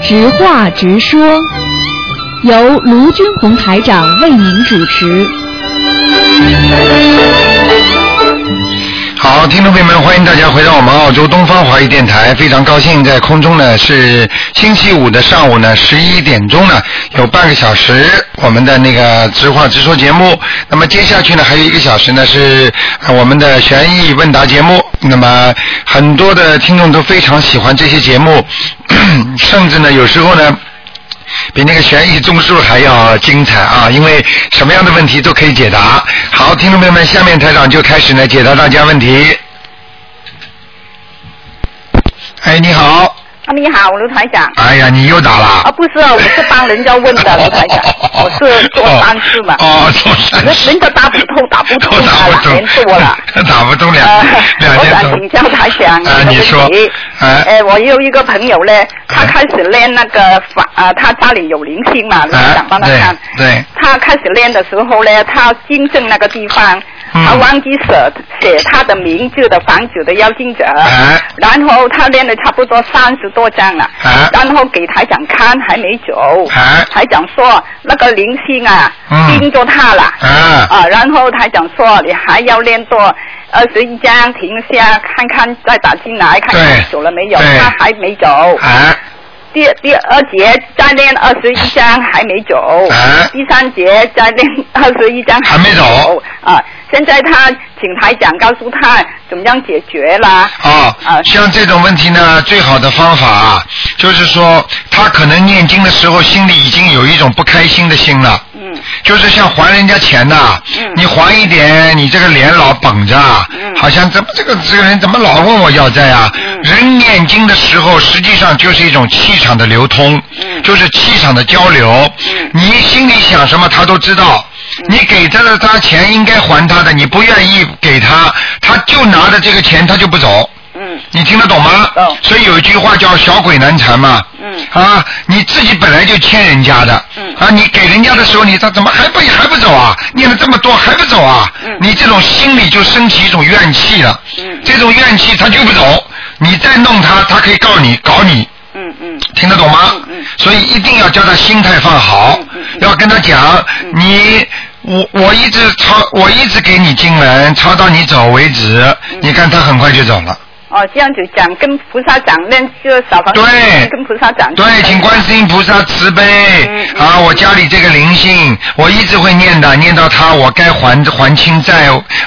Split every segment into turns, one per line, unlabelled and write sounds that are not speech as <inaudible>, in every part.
直话直说，由卢军红台长为您主持。
好，听众朋友们，欢迎大家回到我们澳洲东方华语电台。非常高兴在空中呢，是星期五的上午呢，十一点钟呢，有半个小时我们的那个直话直说节目。那么接下去呢，还有一个小时呢是呃我们的悬疑问答节目。那么很多的听众都非常喜欢这些节目， <coughs> 甚至呢有时候呢。比那个悬疑综述还要精彩啊！因为什么样的问题都可以解答。好，听众朋友们，下面台长就开始呢解答大家问题。哎，你好！
啊，你好，我卢台长。
哎呀，你又打了。
啊，不是啊，我是帮人家问的，卢台长，我是做三次嘛。
哦，做三
人人家打不通，打不通他了，连错了。
<laughs> 打不通两、
呃
两
我
天
想请教台长
啊
一个
你说
问题。
哎
呃，我有一个朋友呢，他开始练那个法，啊，他家里有灵性嘛，卢台
哎
长帮，他
对
看。
对，
他开始练的时候呢，他经正那个地方，
嗯
他忘记写写他的名字的房子的邀请者，
哎
然后他练了差不多三十多张了，
哎
然后给台长看还没
<laughs>
走，
哎
台长说那个灵性啊
嗯
盯着他了，
啊
啊，然后台长说你还要练多二十一张，停下看看再打进来，看
对
看走了没有，
对
他还没走，
哎
第第二节再练二十一章还没走，
哎
第三节再练二十一章
还没走
啊！现在他请台长告诉他怎么样解决啦。
哦
啊，
像这种问题呢，最好的方法啊，就是说他可能念经的时候心里已经有一种不开心的心了。
嗯
就是像还人家钱呐、
嗯
你还一点，你这个脸老绷着啊，
嗯
好像怎么这个这个人怎么老问我要债啊？
嗯
人念经的时候，实际上就是一种气场的流通，
嗯
就是气场的交流。
嗯
你心里想什么，他都知道。你给他的他钱应该还他的，你不愿意给他，他就拿着这个钱他就不走，
嗯
你听得懂吗？
懂
所以有一句话叫“小鬼难缠”嘛。
嗯
啊，你自己本来就欠人家的，
嗯
啊，你给人家的时候，你他怎么还不还不走啊？念了这么多还不走啊？
嗯
你这种心里就升起一种怨气了，
嗯
这种怨气他就不走，你再弄他，他可以告你搞你，
嗯嗯
听得懂吗？
嗯嗯
所以一定要叫他心态放好，
嗯嗯嗯嗯
要跟他讲，你我我一直抄，我一直给你经文，抄到你走为止，
嗯
你看他很快就走了。
哦，这样子讲，跟菩萨讲练就小房子
对
跟菩萨讲。
对，请观世音菩萨慈悲
嗯嗯
啊！我家里这个灵性，我一直会念的，念到他我该还还清债，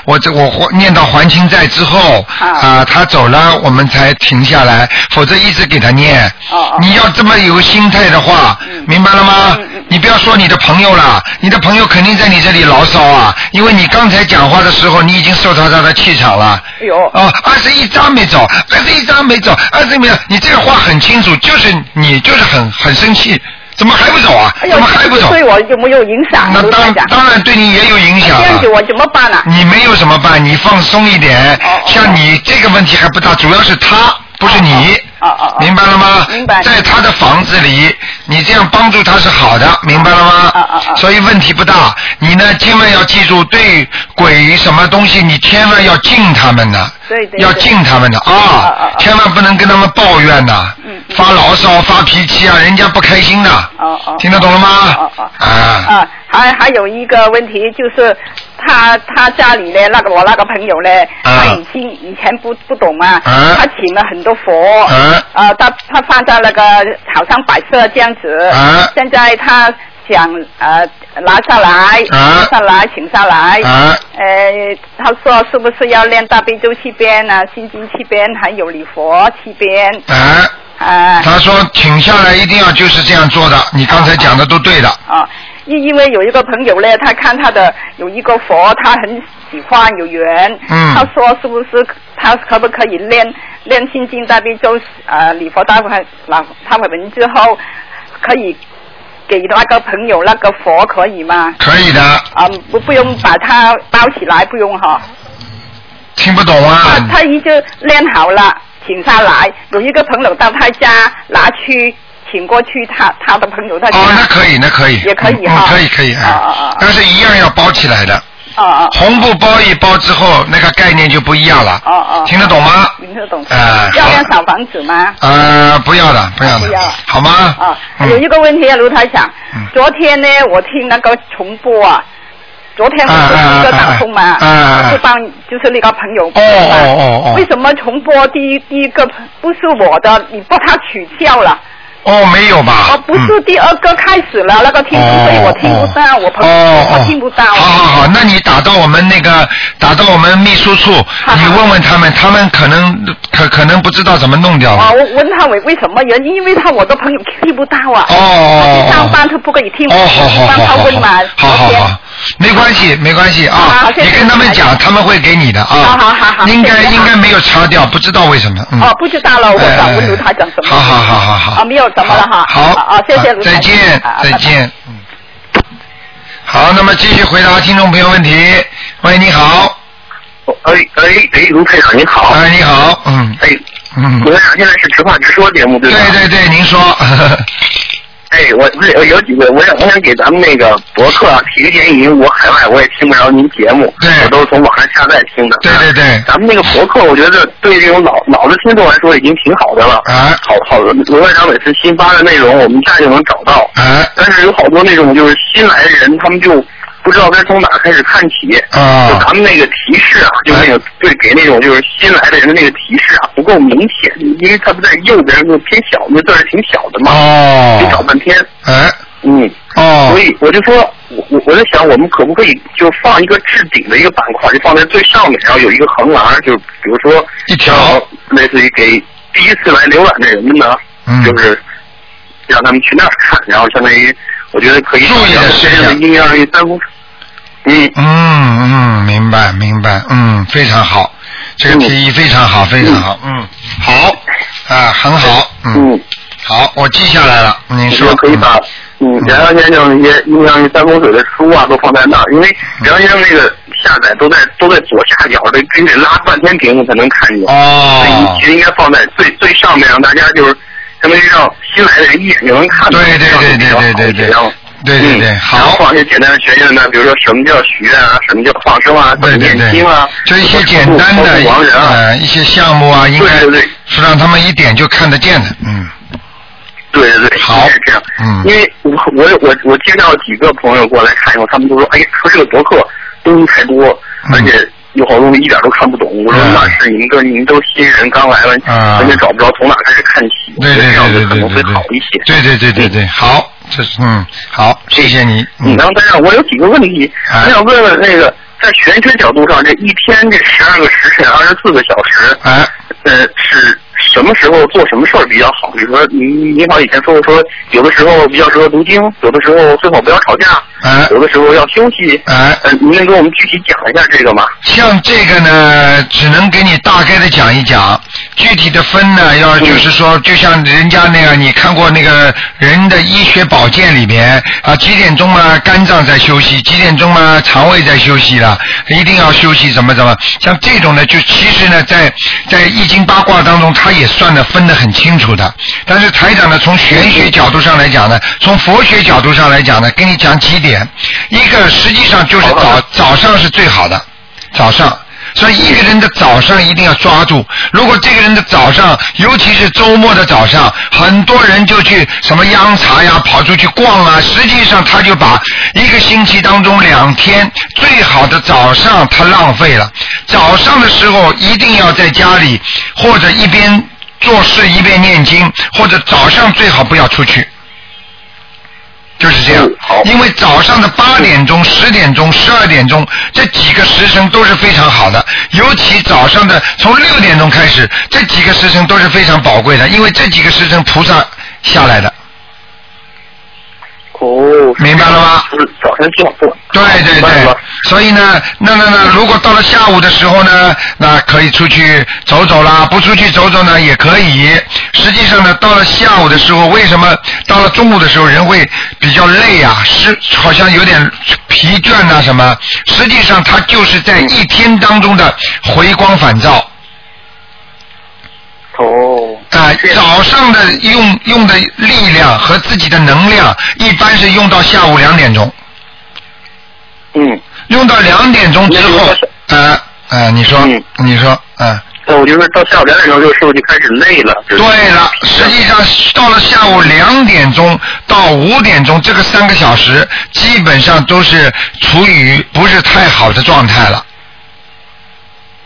我这我还念到还清债之后
啊
啊，他走了我们才停下来，否则一直给他念
哦哦。
你要这么有个心态的话，
嗯
明白了吗
嗯嗯？
你不要说你的朋友了，你的朋友肯定在你这里牢骚啊，因为你刚才讲话的时候，你已经受到他的气场了。
哎呦，
哦，二十一张没走，二十一张没走，二十没有，你这个话很清楚，就是你就是很很生气，怎么还不走啊？
哎呦，
怎么还不走？
对我有没有影响？
那
卢台
当
长，
当然对你也有影
这
响
样
啊
子。我怎么办啊？
你没有什么办，你放松一点
哦哦。
像你这个问题还不大，主要是他不是你
哦哦哦哦，
<laughs> 明白了吗？
明白
在他的房子里，你这样帮助他是好的，明白了
哦哦
吗？
哦
所以问题不大。你呢，千万要记住，对鬼什么东西，你千万要敬他们呢。
对对。
要
对
敬他们的
哦
啊
哦，哦
千万不能跟他们抱怨呐、
嗯嗯
发牢骚、发脾气啊，人家不开心的、
哦哦
听得懂了吗？
哦哦
啊，
啊，还还有一个问题就是，他他家里呢，那个我那个朋友呢，
啊
他已经以前不不懂嘛，
啊
他请了很多佛，
啊
呃，他他放在那个好像摆设这样子，
啊
现在他想呃拿下来，
啊
拿下来，请下来。
啊
呃，他说是不是要练大悲咒七遍啊，心经七遍，还有礼佛七遍
啊！
啊？
他说请下来一定要就是这样做的，你刚才讲的都对的。
啊，因因为有一个朋友呢，他看他的有一个佛，他很喜欢有缘，
嗯
他说是不是他可不可以练练心经大悲咒呃礼佛大忏那忏悔文之后，可以给那个朋友那个佛可以吗？
可以的，
啊，不不用把它包起来，不用哈、
听不懂
他
啊？
他已经练好了，请他来。有一个朋友到他家拿去请过去他他的朋友他家。
哦哦，那可以，那可以，
也可以
嗯嗯
哈
可以可以
哦哦
啊
哦，
但是一样要包起来的，
哦哦
红布包一包之后，那个概念就不一样了。
哦哦
听得懂吗？
您听得懂？
哎
要
好
练小房子吗？
呃，不要了，不要了，
不要了
好吗？
啊，
嗯
有一个问题啊，卢台长
嗯，
昨天呢，我听那个重播啊，昨天我
啊啊啊
是一个打通嘛，
啊啊啊
是帮就是那个朋友
哦哦哦哦
为什么重播第一第一个不是我的，你把它取消了？
哦，没有吧？
哦，不是
嗯
第二个开始了，那个听众会我听不到，我朋
哦
友
哦
我听不到。啊
好好好，那你打到我们那个，打到我们秘书处，
好
你问问他们，他们可能可可能不知道怎么弄掉
啊，
了。
我问他为为什么原因？因为他我的朋友听不到啊。
哦哦
去
哦
上班他不可以听，
哦，好好
帮
好
他
好
问嘛。
好，好好
昨天
好，没关系没关系
好
啊
好，谢
你
谢
跟他们
谢
讲，他们会给你的啊。
好好好好
应该
谢谢啊
应该没有擦掉，不知道为什么。嗯
哦，不知道了，我
哎
想问
哎
卢台长什么？
好好好好好。
啊，没有什么了哈。
好，
啊，谢谢
好
卢台
再
长。
见
啊，
再。
啊拜拜
见。嗯。好，那么继续回答听众朋友问题。喂，你好。
哎哎哎，卢台长您好。
哎，你好。嗯
哎，
嗯
卢。台长现在是直话直说节目对
对
吧？
对对，您说。 <laughs>
哎，我不是有有几个，我想我想给咱们那个博客啊提个建议，因为我海外我也听不着您节目，
对
我都是从网上下载听的。啊
对对对。
咱们那个博客，我觉得对这种老老的听众来说已经挺好的了。
哎
好好的，卢台长每次新发的内容，我们一下就能找到。
哎
但是有好多那种就是新来的人，他们就不知道该从哪开始看起。就
啊
咱们那个提示啊，就那个对给那种就是新来的人的那个提示啊不够明显，因为他不在右边就偏小，那字儿挺小的嘛，就找
哦。
半天，
哎
嗯，所
哦
以我就说，我我我在想，我们可不可以就放一个置顶的一个板块，就放在最上面，然后有一个横栏，就比如说
一条
呃类似于给第一次来浏览的人们呢，
嗯
就是让他们去那儿看，然后相当于我觉得可以
注意的是
这样的一二一三公，嗯。
嗯嗯，明白明白，嗯，非常好，这个
嗯
提议非常好，非常好，嗯，好，啊，很好，嗯，
嗯，
好，我记下来了，您
我
说，
们可以
嗯
把嗯梁阳先生那些印象那三公水的书啊都放在那儿，因为
嗯
梁阳先生那个下载都在都在左下角，得真得拉半天屏幕才能看见。所以
哦
其，实应该放在最最上面，让大家就是相当于让新来的人一眼就能看到。
对对
这样
对对
比较好
对对
一些
对
然后
对对对
嗯
好
然后放一些简单的学院呢，比如说什么叫许愿啊，什么叫放生啊，怎么
对对
念
对
经啊，，
就一些简单
包
的
括亡人啊，
呃一些项目啊，应该
对对对
是让他们一点就看得见的，嗯，
对对对，
好
应该是这样。
嗯
因为我我有我我介绍几个朋友过来看以后，他们都说，哎呀，说这个博客东西太多，
嗯
而且有好多东西一点都看不懂。我说
嗯
那是您跟您都新人刚来了，
啊
完全找不着从哪开始看起，
对
这
对
样子
对
可
对
能
对
会
对
好一些。
对对对对对，好，这是嗯好，谢谢你，
嗯，然后再让我有几个问题，
啊
我想问问那个，在玄学角度上，这一天这十二个时辰，二十四个小时，
哎。
呃，是什么时候做什么事儿比较好？比如说，您您好像以前说过，说有的时候比较适合读经，有的时候最好不要吵架，
哎
有的时候要休息。
哎，
呃，您能给我们具体讲一下这个吗？
像这个呢，只能给你大概的讲一讲，具体的分呢，要就是说，就像人家那个，你看过那个人的医学保健里边啊，几点钟嘛肝脏在休息，几点钟嘛肠胃在休息了，一定要休息，怎么怎么，像这种呢，就其实呢，在在易经八卦当中，它也算的分得很清楚的。但是台长呢，从玄学角度上来讲呢，从佛学角度上来讲呢，跟你讲几点，一个实际上就是
好
早
的
早上是最好的。早上。所以一个人的早上一定要抓住。如果这个人的早上，尤其是周末的早上，很多人就去什么央茶呀，跑出去逛啊。实际上，他就把一个星期当中两天最好的早上他浪费了。早上的时候一定要在家里，或者一边做事一边念经，或者早上最好不要出去。就是这样
嗯好，
因为早上的八点钟、十点钟、十二点钟这几个时辰都是非常好的，尤其早上的从六点钟开始，这几个时辰都是非常宝贵的，因为这几个时辰菩萨下来的。
哦
明白了吗
就是早晨最好做。
对对
明白
对
了，嗯
所以呢，那那那，如果到了下午的时候呢，那可以出去走走啦，不出去走走呢也可以。实际上呢，到了下午的时候，为什么到了中午的时候人会比较累啊？是好像有点疲倦呐、什么？实际上它就是在一天当中的回光返照。
哦。
啊、
这样
早上的用用的力量和自己的能量，一般是用到下午两点钟。
嗯。
用到两点钟之
那
后
就是说，
啊啊，你说
嗯，
你说，啊，
那我就是到下午两点钟，就是不是就开始累了？就是
对了，实际上到了下午两点钟到五点钟这个三个小时，基本上都是处于不是太好的状态了。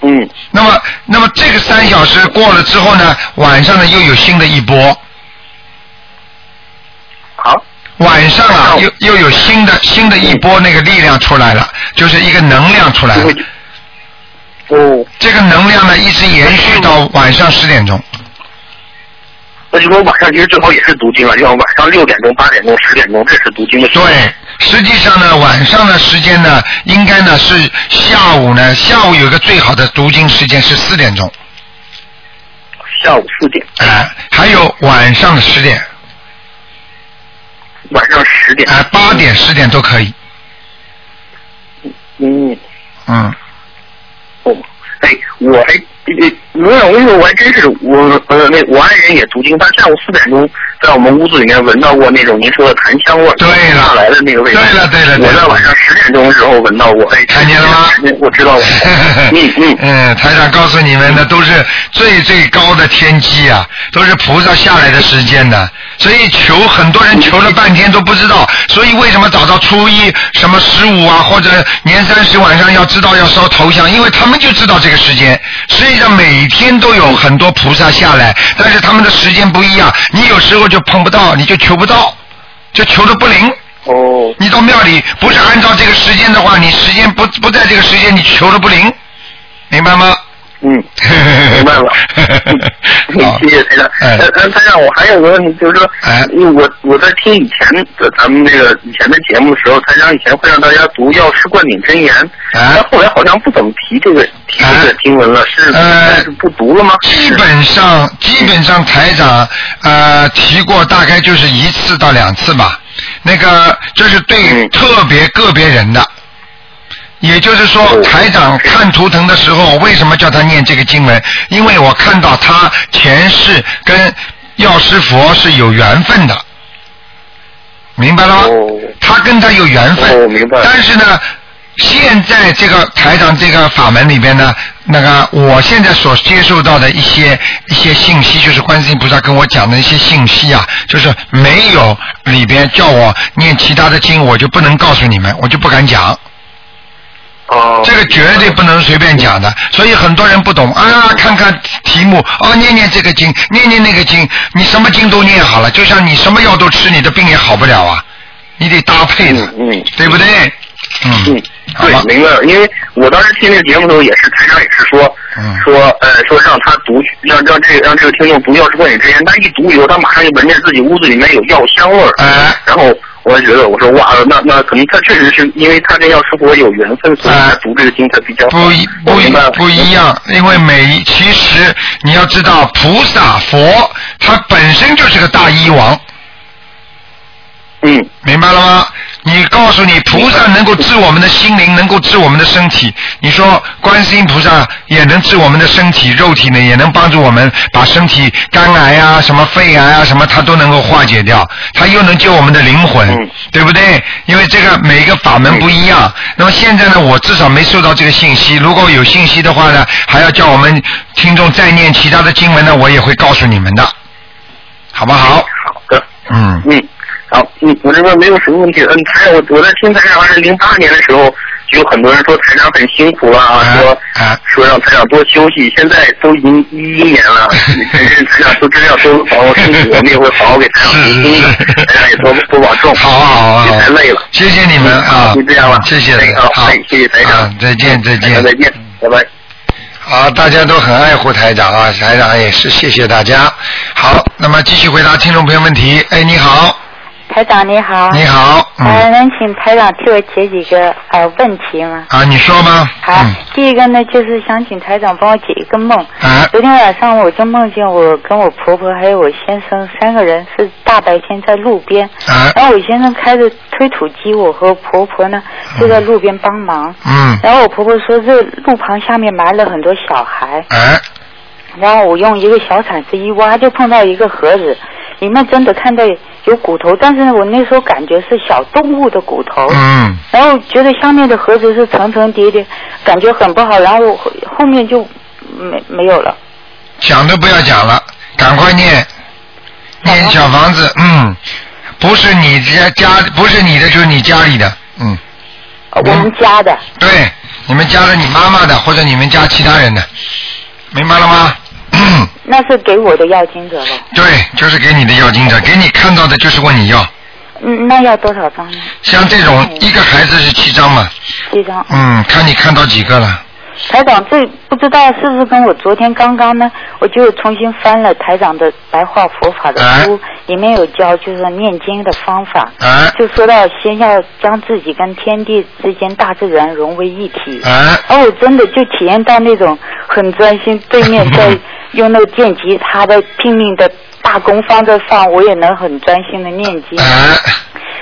嗯，
那么，那么这个三小时过了之后呢，晚上呢又有新的一波，
好，
晚上啊
哦
又又有新的新的一波那个力量出来了，就是一个能量出来
就
了
会。哦，
这个能量呢一直延续到晚上十点钟。
那就说晚上其实最好也是读经了，啊就像晚上六点钟、八点钟、十点钟，这是读经的时候。
对，实际上呢，晚上的时间呢，应该呢是下午呢，下午有一个最好的读经时间是四点钟，
下午四点，
哎、还有晚上的十点，
晚上十点。
哎、八点、十点都可以，
嗯，
嗯，
哦，哎，我还呃没有，因为我还真是我呃那我爱人也读经，他下午四点钟在我们屋子里面闻到过那种您说的檀香味儿，
对了
下来的那个味道。
对了对了对了
我在晚上十点钟的时候闻到过，哎，
看见了吗。
我知道了
<laughs>
嗯嗯。
嗯，台长告诉你们的都是最最高的天机啊，都是菩萨下来的时间呢、所以求很多人求了半天都不知道，所以为什么找到初一什么十五啊，或者年三十晚上要知道要烧头香，因为他们就知道这个时间。实际上每天都有很多菩萨下来，但是他们的时间不一样，你有时候就碰不到，你就求不到，就求的不灵。
哦，
你到庙里不是按照这个时间的话，你时间不不在这个时间，你求的不灵，明白吗？
嗯。
明
明白
<laughs>
了 <laughs>
好，
谢谢台长。
哎
呃，呃台长，我还有个问题，就是说，
哎
因为我我在听以前的咱们那个以前的节目的时候，台长以前会让大家读药师灌顶真言，
哎
但后来好像不怎么提这个提这
哎
个经文了，是
呃
是不读了吗？
基本上基本上台长呃提过，大概就是一次到两次吧。那个这是对
嗯
特别个别人的，也就是说，
哦
台长看图腾的时候，为什么叫他念这个经文？因为我看到他前世跟药师佛是有缘分的，明白了吗？
哦
他跟他有缘分，
哦明白
但是呢，现在这个台长这个法门里边呢，那个我现在所接受到的一些一些信息，就是观世音菩萨跟我讲的一些信息啊，就是没有里边叫我念其他的经，我就不能告诉你们，我就不敢讲。
哦，
这个绝对不能随便讲的，所以很多人不懂啊。看看题目，哦，念念这个经，念念那个经，你什么经都念好了，就像你什么药都吃，你的病也好不了啊，你得搭配的，
嗯嗯
对不对？嗯
嗯，，
好
对
了，，
明白了。因为我当时听这个节目的时候，也是台长也是说，
嗯
说呃说让他读，让让这个让这个听众读《药师灌顶真言》，他一读以后，他马上就闻见自己屋子里面有药香味儿。
哎
然后我就觉得，我说哇，那那可能他确实是因为他跟药师佛有缘分，所以
哎
他读这个经才比较好
不一
我
不一
明白了
不一样，因为每一其实你要知道，菩萨佛他本身就是个大医王，
嗯，
明白了吗？你告诉你，菩萨能够治我们的心灵，能够治我们的身体。你说观世音菩萨也能治我们的身体，肉体呢也能帮助我们把身体肝癌啊、什么肺癌啊、什么，它都能够化解掉。它又能救我们的灵魂，
嗯
对不对？因为这个每个法门不一样。
嗯
那么现在呢，我至少没收到这个信息。如果有信息的话呢，还要叫我们听众再念其他的经文呢，我也会告诉你们的，好不好？
好的。
嗯。
嗯，好，嗯，我这边没有什么问题。嗯，台长，我我在听台长好像是零八年的时候，就有很多人说台长很辛苦啊，
啊
说
啊
说让台长多休息。现在都已经一一年
<laughs>
了，真是台长都真要多好好辛苦，我们也会好好给台长
是
读
是
经的
是，
台长也多多保重。
好啊好啊，好啊
太累了。
谢谢你们啊，
嗯就这样了，
谢谢
哎，好，
好
哎，谢谢台
啊
长，
再见再见
台长再见，拜拜。
好，大家都很爱护台长啊，台长也是谢谢大家。好，那么继续回答听众朋友问题。哎，你好，
台长你好。
你好，
哎
呃，
嗯，
能请台长替我解几个呃问题吗？
啊，你说吧，
好
哎
嗯，，
第一个呢，就是想请台长帮我解一个梦。
啊
昨天晚上我就梦见我跟我婆婆还有我先生三个人是大白天在路边，
啊，
然后我先生开着推土机，我和婆婆呢就在路边帮忙。
嗯，
然后我婆婆说这路旁下面埋了很多小孩，
哎，
然后我用一个小铲子一挖就碰到一个盒子，里面真的看到
有骨头，但是呢，我那时候感觉是小动物的骨头，
嗯，
然后觉得下面的盒子是层层叠叠，感觉很不好，然后后后面就没没有了。
讲都不要讲了，赶快念，念小房子，嗯，不是你家家，不是你的就是你家里的，嗯，
呃我们家的，
对，你们家的你妈妈的或者你们家其他人的，明白了吗？ <clears throat> 嗯，
那是给我的要经者了。
对，就是给你的要经者，给你看到的就是问你要，
嗯，那要多少张呢？
像这种
嗯
一个孩子是七张嘛，
七张。
嗯，看你看到几个了，
台长，这不知道是不是跟我昨天刚刚呢，我就重新翻了台长的白话佛法的书，里面有教就是念经的方法，
哎
就说到先要将自己跟天地之间、大自然融为一体。
哎，
而我哦真的就体验到那种很专心，对
<laughs>
面在用那个电吉他在拼命的大功放在放，我也能很专心的念经。
哎，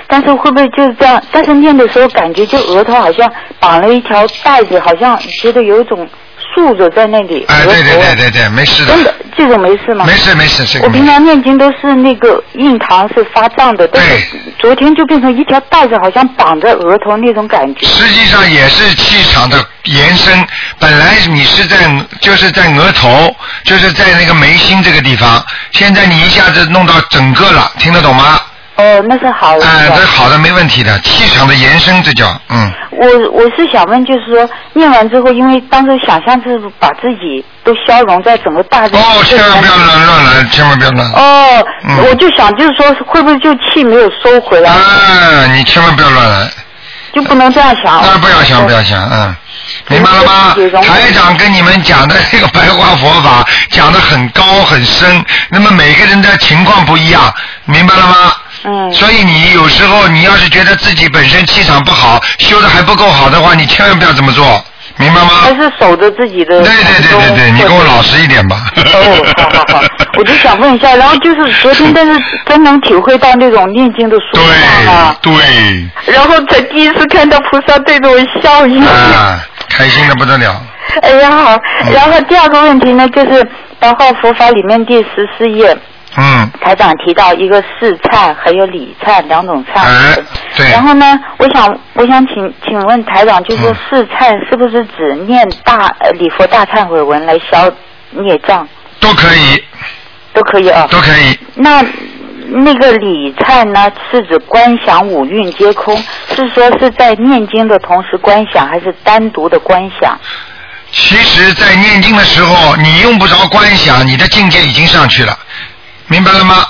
但是会不会就是这样？但是念的时候感觉就额头好像绑了一条带子，好像觉得有一种竖着在那里。
哎，对对
额头啊
对对对，没事
真
的
的，这种没事吗？
没。事没事，这个
我
没
平
事。
常念经都是那个印堂是发胀的，但
哎
是昨天就变成一条带子，好像绑在额头那种感觉。
实际上也是气场的延伸。本来你是在就是在额头，就是在那个眉心这个地方，现在你一下子弄到整个了，听得懂吗？
哦，那是好
哎、
了。是吧
这好的没问题的，气场的延伸这叫嗯。
我我是想问，就是说念完之后，因为当时想象是把自己都消融在整个大自然
哦，千万不要乱乱来，千万不要乱。
嗯哦，
嗯
我就想就是说，会不会就气没有收回来，
啊，你千万不要乱来，
就不能这样想？
啊，不要想，不要想，嗯，明白了吗
嗯对？
台长跟你们讲的这个白话佛法讲的很高很深，那么每个人的情况不一样，明白了吗？
嗯，
所以你有时候你要是觉得自己本身气场不好，修的还不够好的话，你千万不要这么做，明白吗
还？是守着自己的
对
心中。
对对对对，你
或者
跟我老实一点吧。
嗯哦，好好好，我就想问一下，然后就是昨天，但
<laughs>
是真能体会到那种念经的舒畅
对
啊，
对，
然后才第一次看到菩萨对着我笑一下。
啊，开心的不得了。
哎呀好，
嗯
然后第二个问题呢，就是《白话佛法》里面第十四页，
嗯，
台长提到一个试忏，还有理忏两种忏。
哎，对，
然后呢，我想我想请请问台长，就是说
嗯
试忏是不是指念大呃礼佛大忏悔文来消孽障
都可以，
都可以啊？
都可以。
那那个礼忏呢，是指观想五蕴皆空，是说是在念经的同时观想，还是单独的观想？
其实，在念经的时候，你用不着观想，你的境界已经上去了，明白了吗？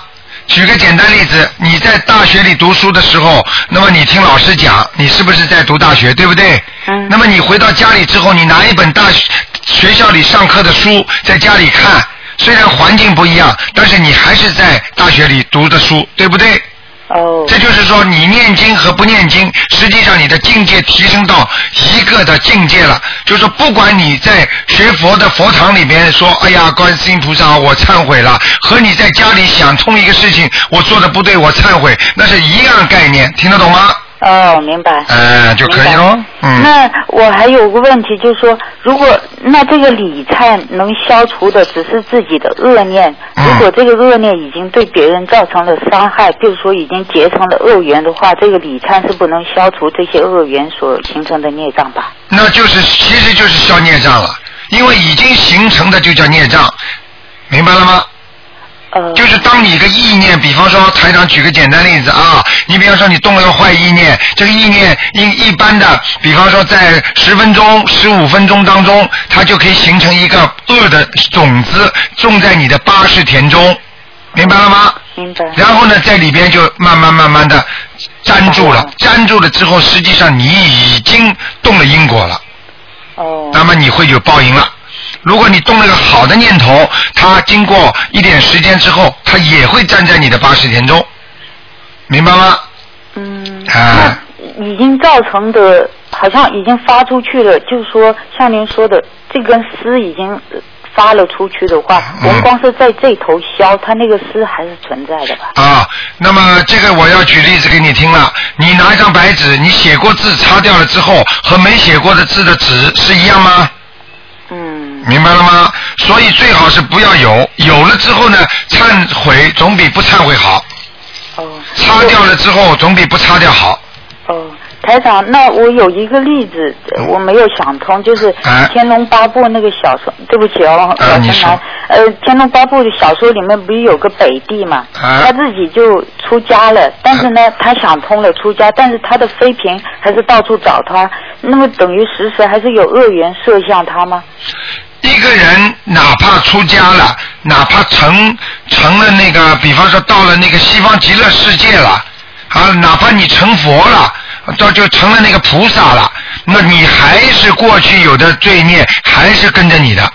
举个简单例子，你在大学里读书的时候，那么你听老师讲，你是不是在读大学，对不对？
嗯
那么你回到家里之后，你拿一本大学学校里上课的书，在家里看，虽然环境不一样，但是你还是在大学里读的书，对不对？
哦，
这就是说，你念经和不念经，实际上你的境界提升到一个的境界了。就是说，不管你在学佛的佛堂里边说“哎呀，观世音菩萨，我忏悔了”，和你在家里想通一个事情，我做的不对，我忏悔，那是一样概念，听得懂吗？
哦，明白。
呃，就可以喽。嗯，
那我还有个问题，就是说，如果那这个礼忏能消除的只是自己的恶念，
嗯
如果这个恶念已经对别人造成了伤害，比如说已经结成了恶缘的话，这个礼忏是不能消除这些恶缘所形成的孽障吧？
那就是其实就是消孽障了，因为已经形成的就叫孽障，明白了吗？
呃，
就是当你一个意念，比方说台长举个简单例子啊，你比方说你动了个坏意念，这个意念一一般的，比方说在十分钟、十五分钟当中，它就可以形成一个恶的种子，种在你的八识田中，明白了吗？
明白。
然后呢，在里边就慢慢慢慢的粘住了
哦，
粘住了之后，实际上你已经动了因果了。
哦，
那么你会有报应了。如果你动了个好的念头，它经过一点时间之后，它也会站在你的八十天中，明白吗？
嗯，
啊
那已经造成的，好像已经发出去了，就是说，像您说的，这根丝已经呃发了出去的话，
嗯
我们光是在这头消，它那个丝还是存在的吧？
啊，那么这个我要举例子给你听了。你拿一张白纸，你写过字擦掉了之后，和没写过的字的纸是一样吗？
嗯，
明白了吗？所以最好是不要有，有了之后呢，忏悔总比不忏悔好，
哦，
擦掉了之后总比不擦掉好。
哦，台长，那我有一个例子，
嗯
我没有想通，就是
哎
《天龙八部》那个小说，对不起哦，
啊
老
你
陈
说
楠，呃，《天龙八部》的小说里面不是有个北帝嘛，
啊
他自己就出家了，但是呢，他想通了出家，但是他的妃嫔还是到处找他，那么等于时时还是有恶缘射向他吗？
一个人哪怕出家了，哪怕成成了那个，比方说到了那个西方极乐世界了，啊，哪怕你成佛了，到就成了那个菩萨了，那你还是过去有的罪孽还是跟着你的，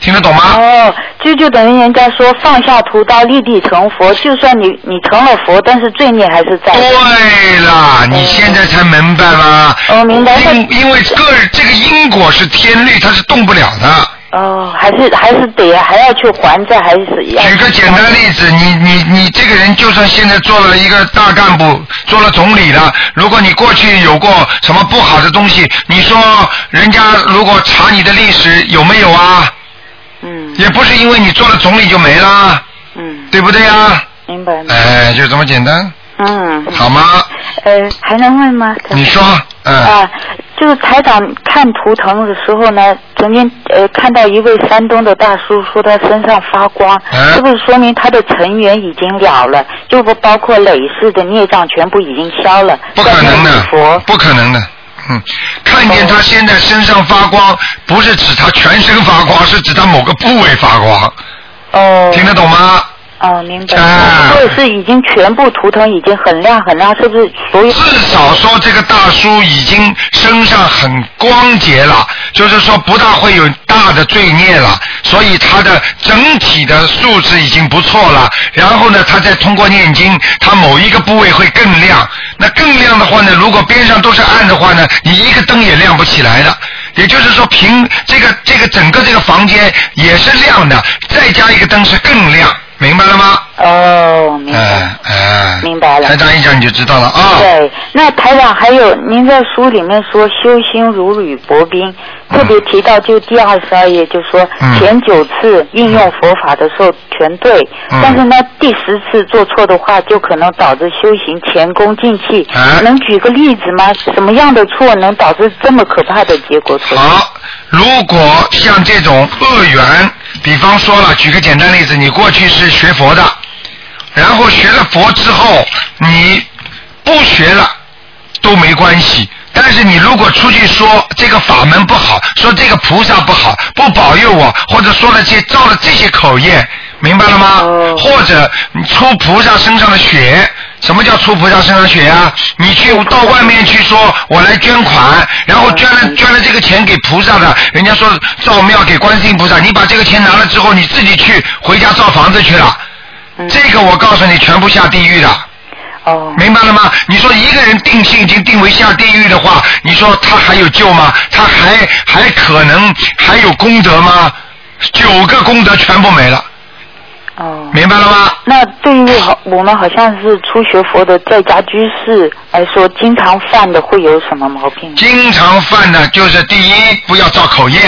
听得懂吗？
哦，这就等于人家说放下屠刀立地成佛，就算你你成了佛，但是罪孽还是在。
对了，你现在才明白吗？
哦明白
因因为个这个因果是天律，它是动不了的。
哦，还是还是得还要去还债，还是要。
举个简单例子，你你你这个人，就算现在做了一个大干部，做了总理了，如果你过去有过什么不好的东西，你说人家如果查你的历史有没有啊？
嗯
也不是因为你做了总理就没啦，
嗯，
对不对啊？
明白了。
哎，就这么简单，
嗯，
哎好吗？
呃，还能问吗？
你说，嗯，
啊，就是台长看图腾的时候呢，曾经呃看到一位山东的大叔说他身上发光，
嗯
是不是说明他的尘缘已经了了，就不包括累世的孽障全部已经消了？
不可能
在念
的
佛，
不可能的。嗯，看见他现在身上发光，不是指他全身发光，是指他某个部位发光，
哦，
听得懂吗？
哦，明白。
啊
或者是已经全部图腾已经很亮很亮，是不是所有？
至少说这个大叔已经身上很光洁了，就是说不大会有大的罪孽了，所以他的整体的素质已经不错了。然后呢，他再通过念经，他某一个部位会更亮。那更亮的话呢，如果边上都是暗的话呢，你一个灯也亮不起来的。也就是说，凭这个这个整个这个房间也是亮的，再加一个灯是更亮，明白了吗？
哦，明白。
哎哎，
明白了
台长一讲你就知道了啊。
对，那台长还有您在书里面说修心如履薄冰，特别提到就第二十二页就说、
嗯
前九次应用佛法的时候全对，
嗯
但是呢第十次做错的话就可能导致修行前功尽弃。
哎
能举个例子吗？什么样的错能导致这么可怕的结果出现？
好，如果像这种恶缘，比方说了，举个简单例子，你过去是学佛的，然后学了佛之后，你不学了都没关系。但是你如果出去说这个法门不好，说这个菩萨不好，不保佑我，或者说了些造了这些口业，明白了吗？
哦
或者你出菩萨身上的血。什么叫出菩萨身上血啊？你去到外面去说，我来捐款，然后捐
嗯
了捐了这个钱给菩萨的，人家说造庙给观世音菩萨，你把这个钱拿了之后，你自己去回家造房子去了，
嗯
这个我告诉你，全部下地狱的。
哦，
明白了吗？你说一个人定性已经定为下地狱的话，你说他还有救吗？他还还可能还有功德吗？九个功德全部没了，
哦。
明白了吗？
那对于好我们好像是初学佛的在家居士来说，经常犯的会有什么毛病？
经常犯的就是第一，不要造口业。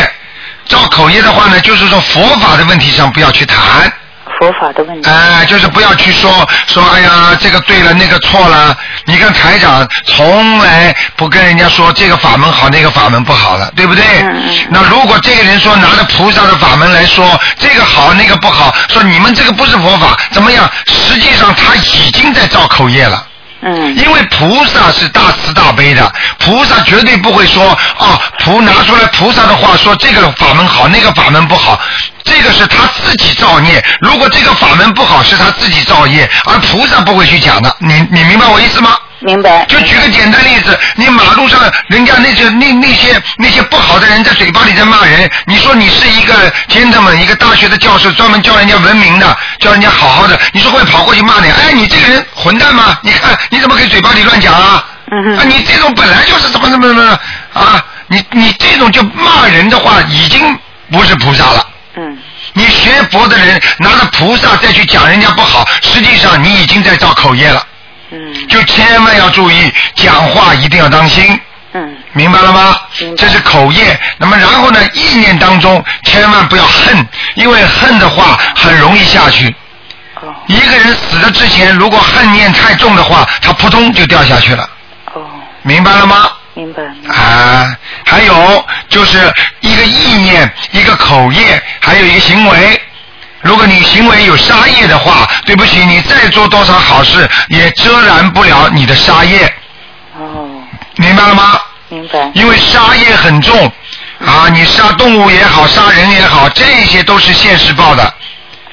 造口业的话呢，就是说佛法的问题上不要去谈，
佛法的问题。
哎，就是不要去说说，哎呀，这个对了，那个错了。你看台长从来不跟人家说这个法门好，那个法门不好了，对不对？
嗯嗯
那如果这个人说拿着菩萨的法门来说这个好，那个不好，说你们这个不是佛法，怎么样？实际上他已经在造口业了。
嗯
因为菩萨是大慈大悲的，菩萨绝对不会说哦，菩拿出来菩萨的话说这个法门好，那个法门不好，这个是他自己造孽。如果这个法门不好，是他自己造业，而菩萨不会去讲的。你你明白我意思吗？
明白。
就举个简单例子，你马路上人家那些那那些那些不好的人在嘴巴里在骂人，你说你是一个 gentleman，一个大学的教授，专门教人家文明的，教人家好好的，你说会跑过去骂你？哎，你这个人混蛋吗？你看你怎么可以嘴巴里乱讲啊？
嗯
啊，
哼。
你这种本来就是怎么怎么怎么啊？你你这种就骂人的话，已经不是菩萨了。
嗯。
你学佛的人拿着菩萨再去讲人家不好，实际上你已经在造口业了。
嗯
就千万要注意，讲话一定要当心，
嗯
明白了吗
明白？
这是口业。那么然后呢，意念当中千万不要恨，因为恨的话很容易下去。
哦
一个人死的之前，如果恨念太重的话，他扑通就掉下去了。
哦，
明白了吗？
明白了。
啊，还有就是一个意念，一个口业，还有一个行为。如果你行为有杀业的话，对不起，你再做多少好事也遮拦不了你的杀业，
哦，
明白了吗？
明白。
因为杀业很重啊，你杀动物也好，杀人也好，这些都是现世报的，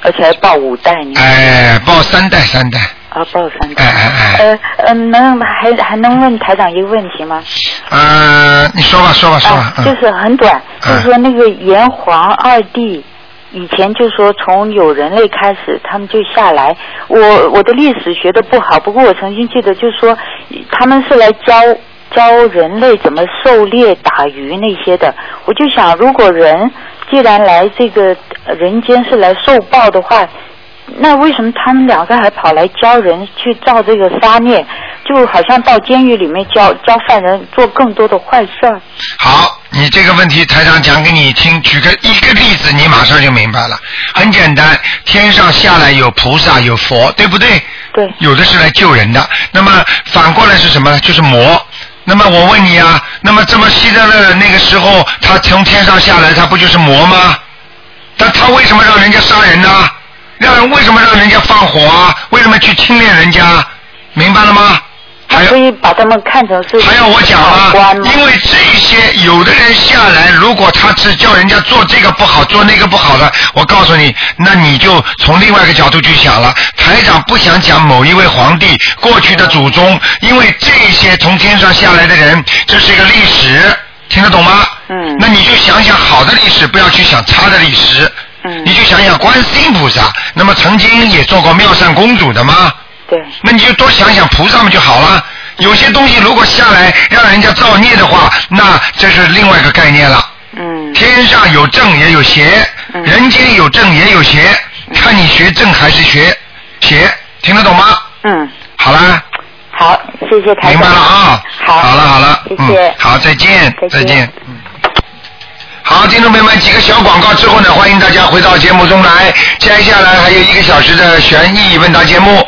而且还报五代呢。
哎，报三代三代，
啊，报三
哎
代。
哎哎，
呃呃，能还还能问台长一个问题吗？
呃，你说吧说吧说吧
啊，，就
嗯，
是很短，就
嗯
是说那个炎黄二帝，以前就说从有人类开始，他们就下来。我我的历史学的不好，不过我曾经记得，就说他们是来教教人类怎么狩猎、打鱼那些的。我就想，如果人既然来这个呃人间是来受报的话，那为什么他们两个还跑来教人去造这个杀孽？就好像到监狱里面教教犯人做更多的坏事儿。
好，你这个问题台长讲给你听，举个一个例子，你马上就明白了，很简单，天上下来有菩萨有佛，对不对？
对，
有的是来救人的。那么反过来是什么呢？就是魔。那么我问你啊，那么这么希特勒那个时候，他从天上下来，他不就是魔吗？但他为什么让人家杀人呢？让人为什么让人家放火啊？为什么去侵略人家？明白了吗？还有
所。以把他们看成是
还要我讲啊
法官？吗？
因为这些有的人下来，如果他是叫人家做这个不好，做那个不好的，我告诉你，那你就从另外一个角度去想了。台长不想讲某一位皇帝过去的祖宗，因为这些从天上下来的人，这是一个历史，听得懂吗？
嗯
那你就想想好的历史，不要去想差的历史。
嗯
你就想想观世音菩萨，那么曾经也做过妙善公主的吗？
对，
那你就多想想菩萨们就好了。有些东西如果下来让人家造孽的话，那这是另外一个概念了。
嗯，
天上有正也有邪，
嗯
人间有正也有邪，看你学正还是学邪，听得懂吗？
嗯，
好啦，
好，谢谢台
明
长。
白了啊。
好，
好了好了，
谢
嗯
谢。，
好，再见，
再见
嗯。好，听众朋友们，几个小广告之后呢，欢迎大家回到节目中来。接下来还有一个小时的悬疑问答节目。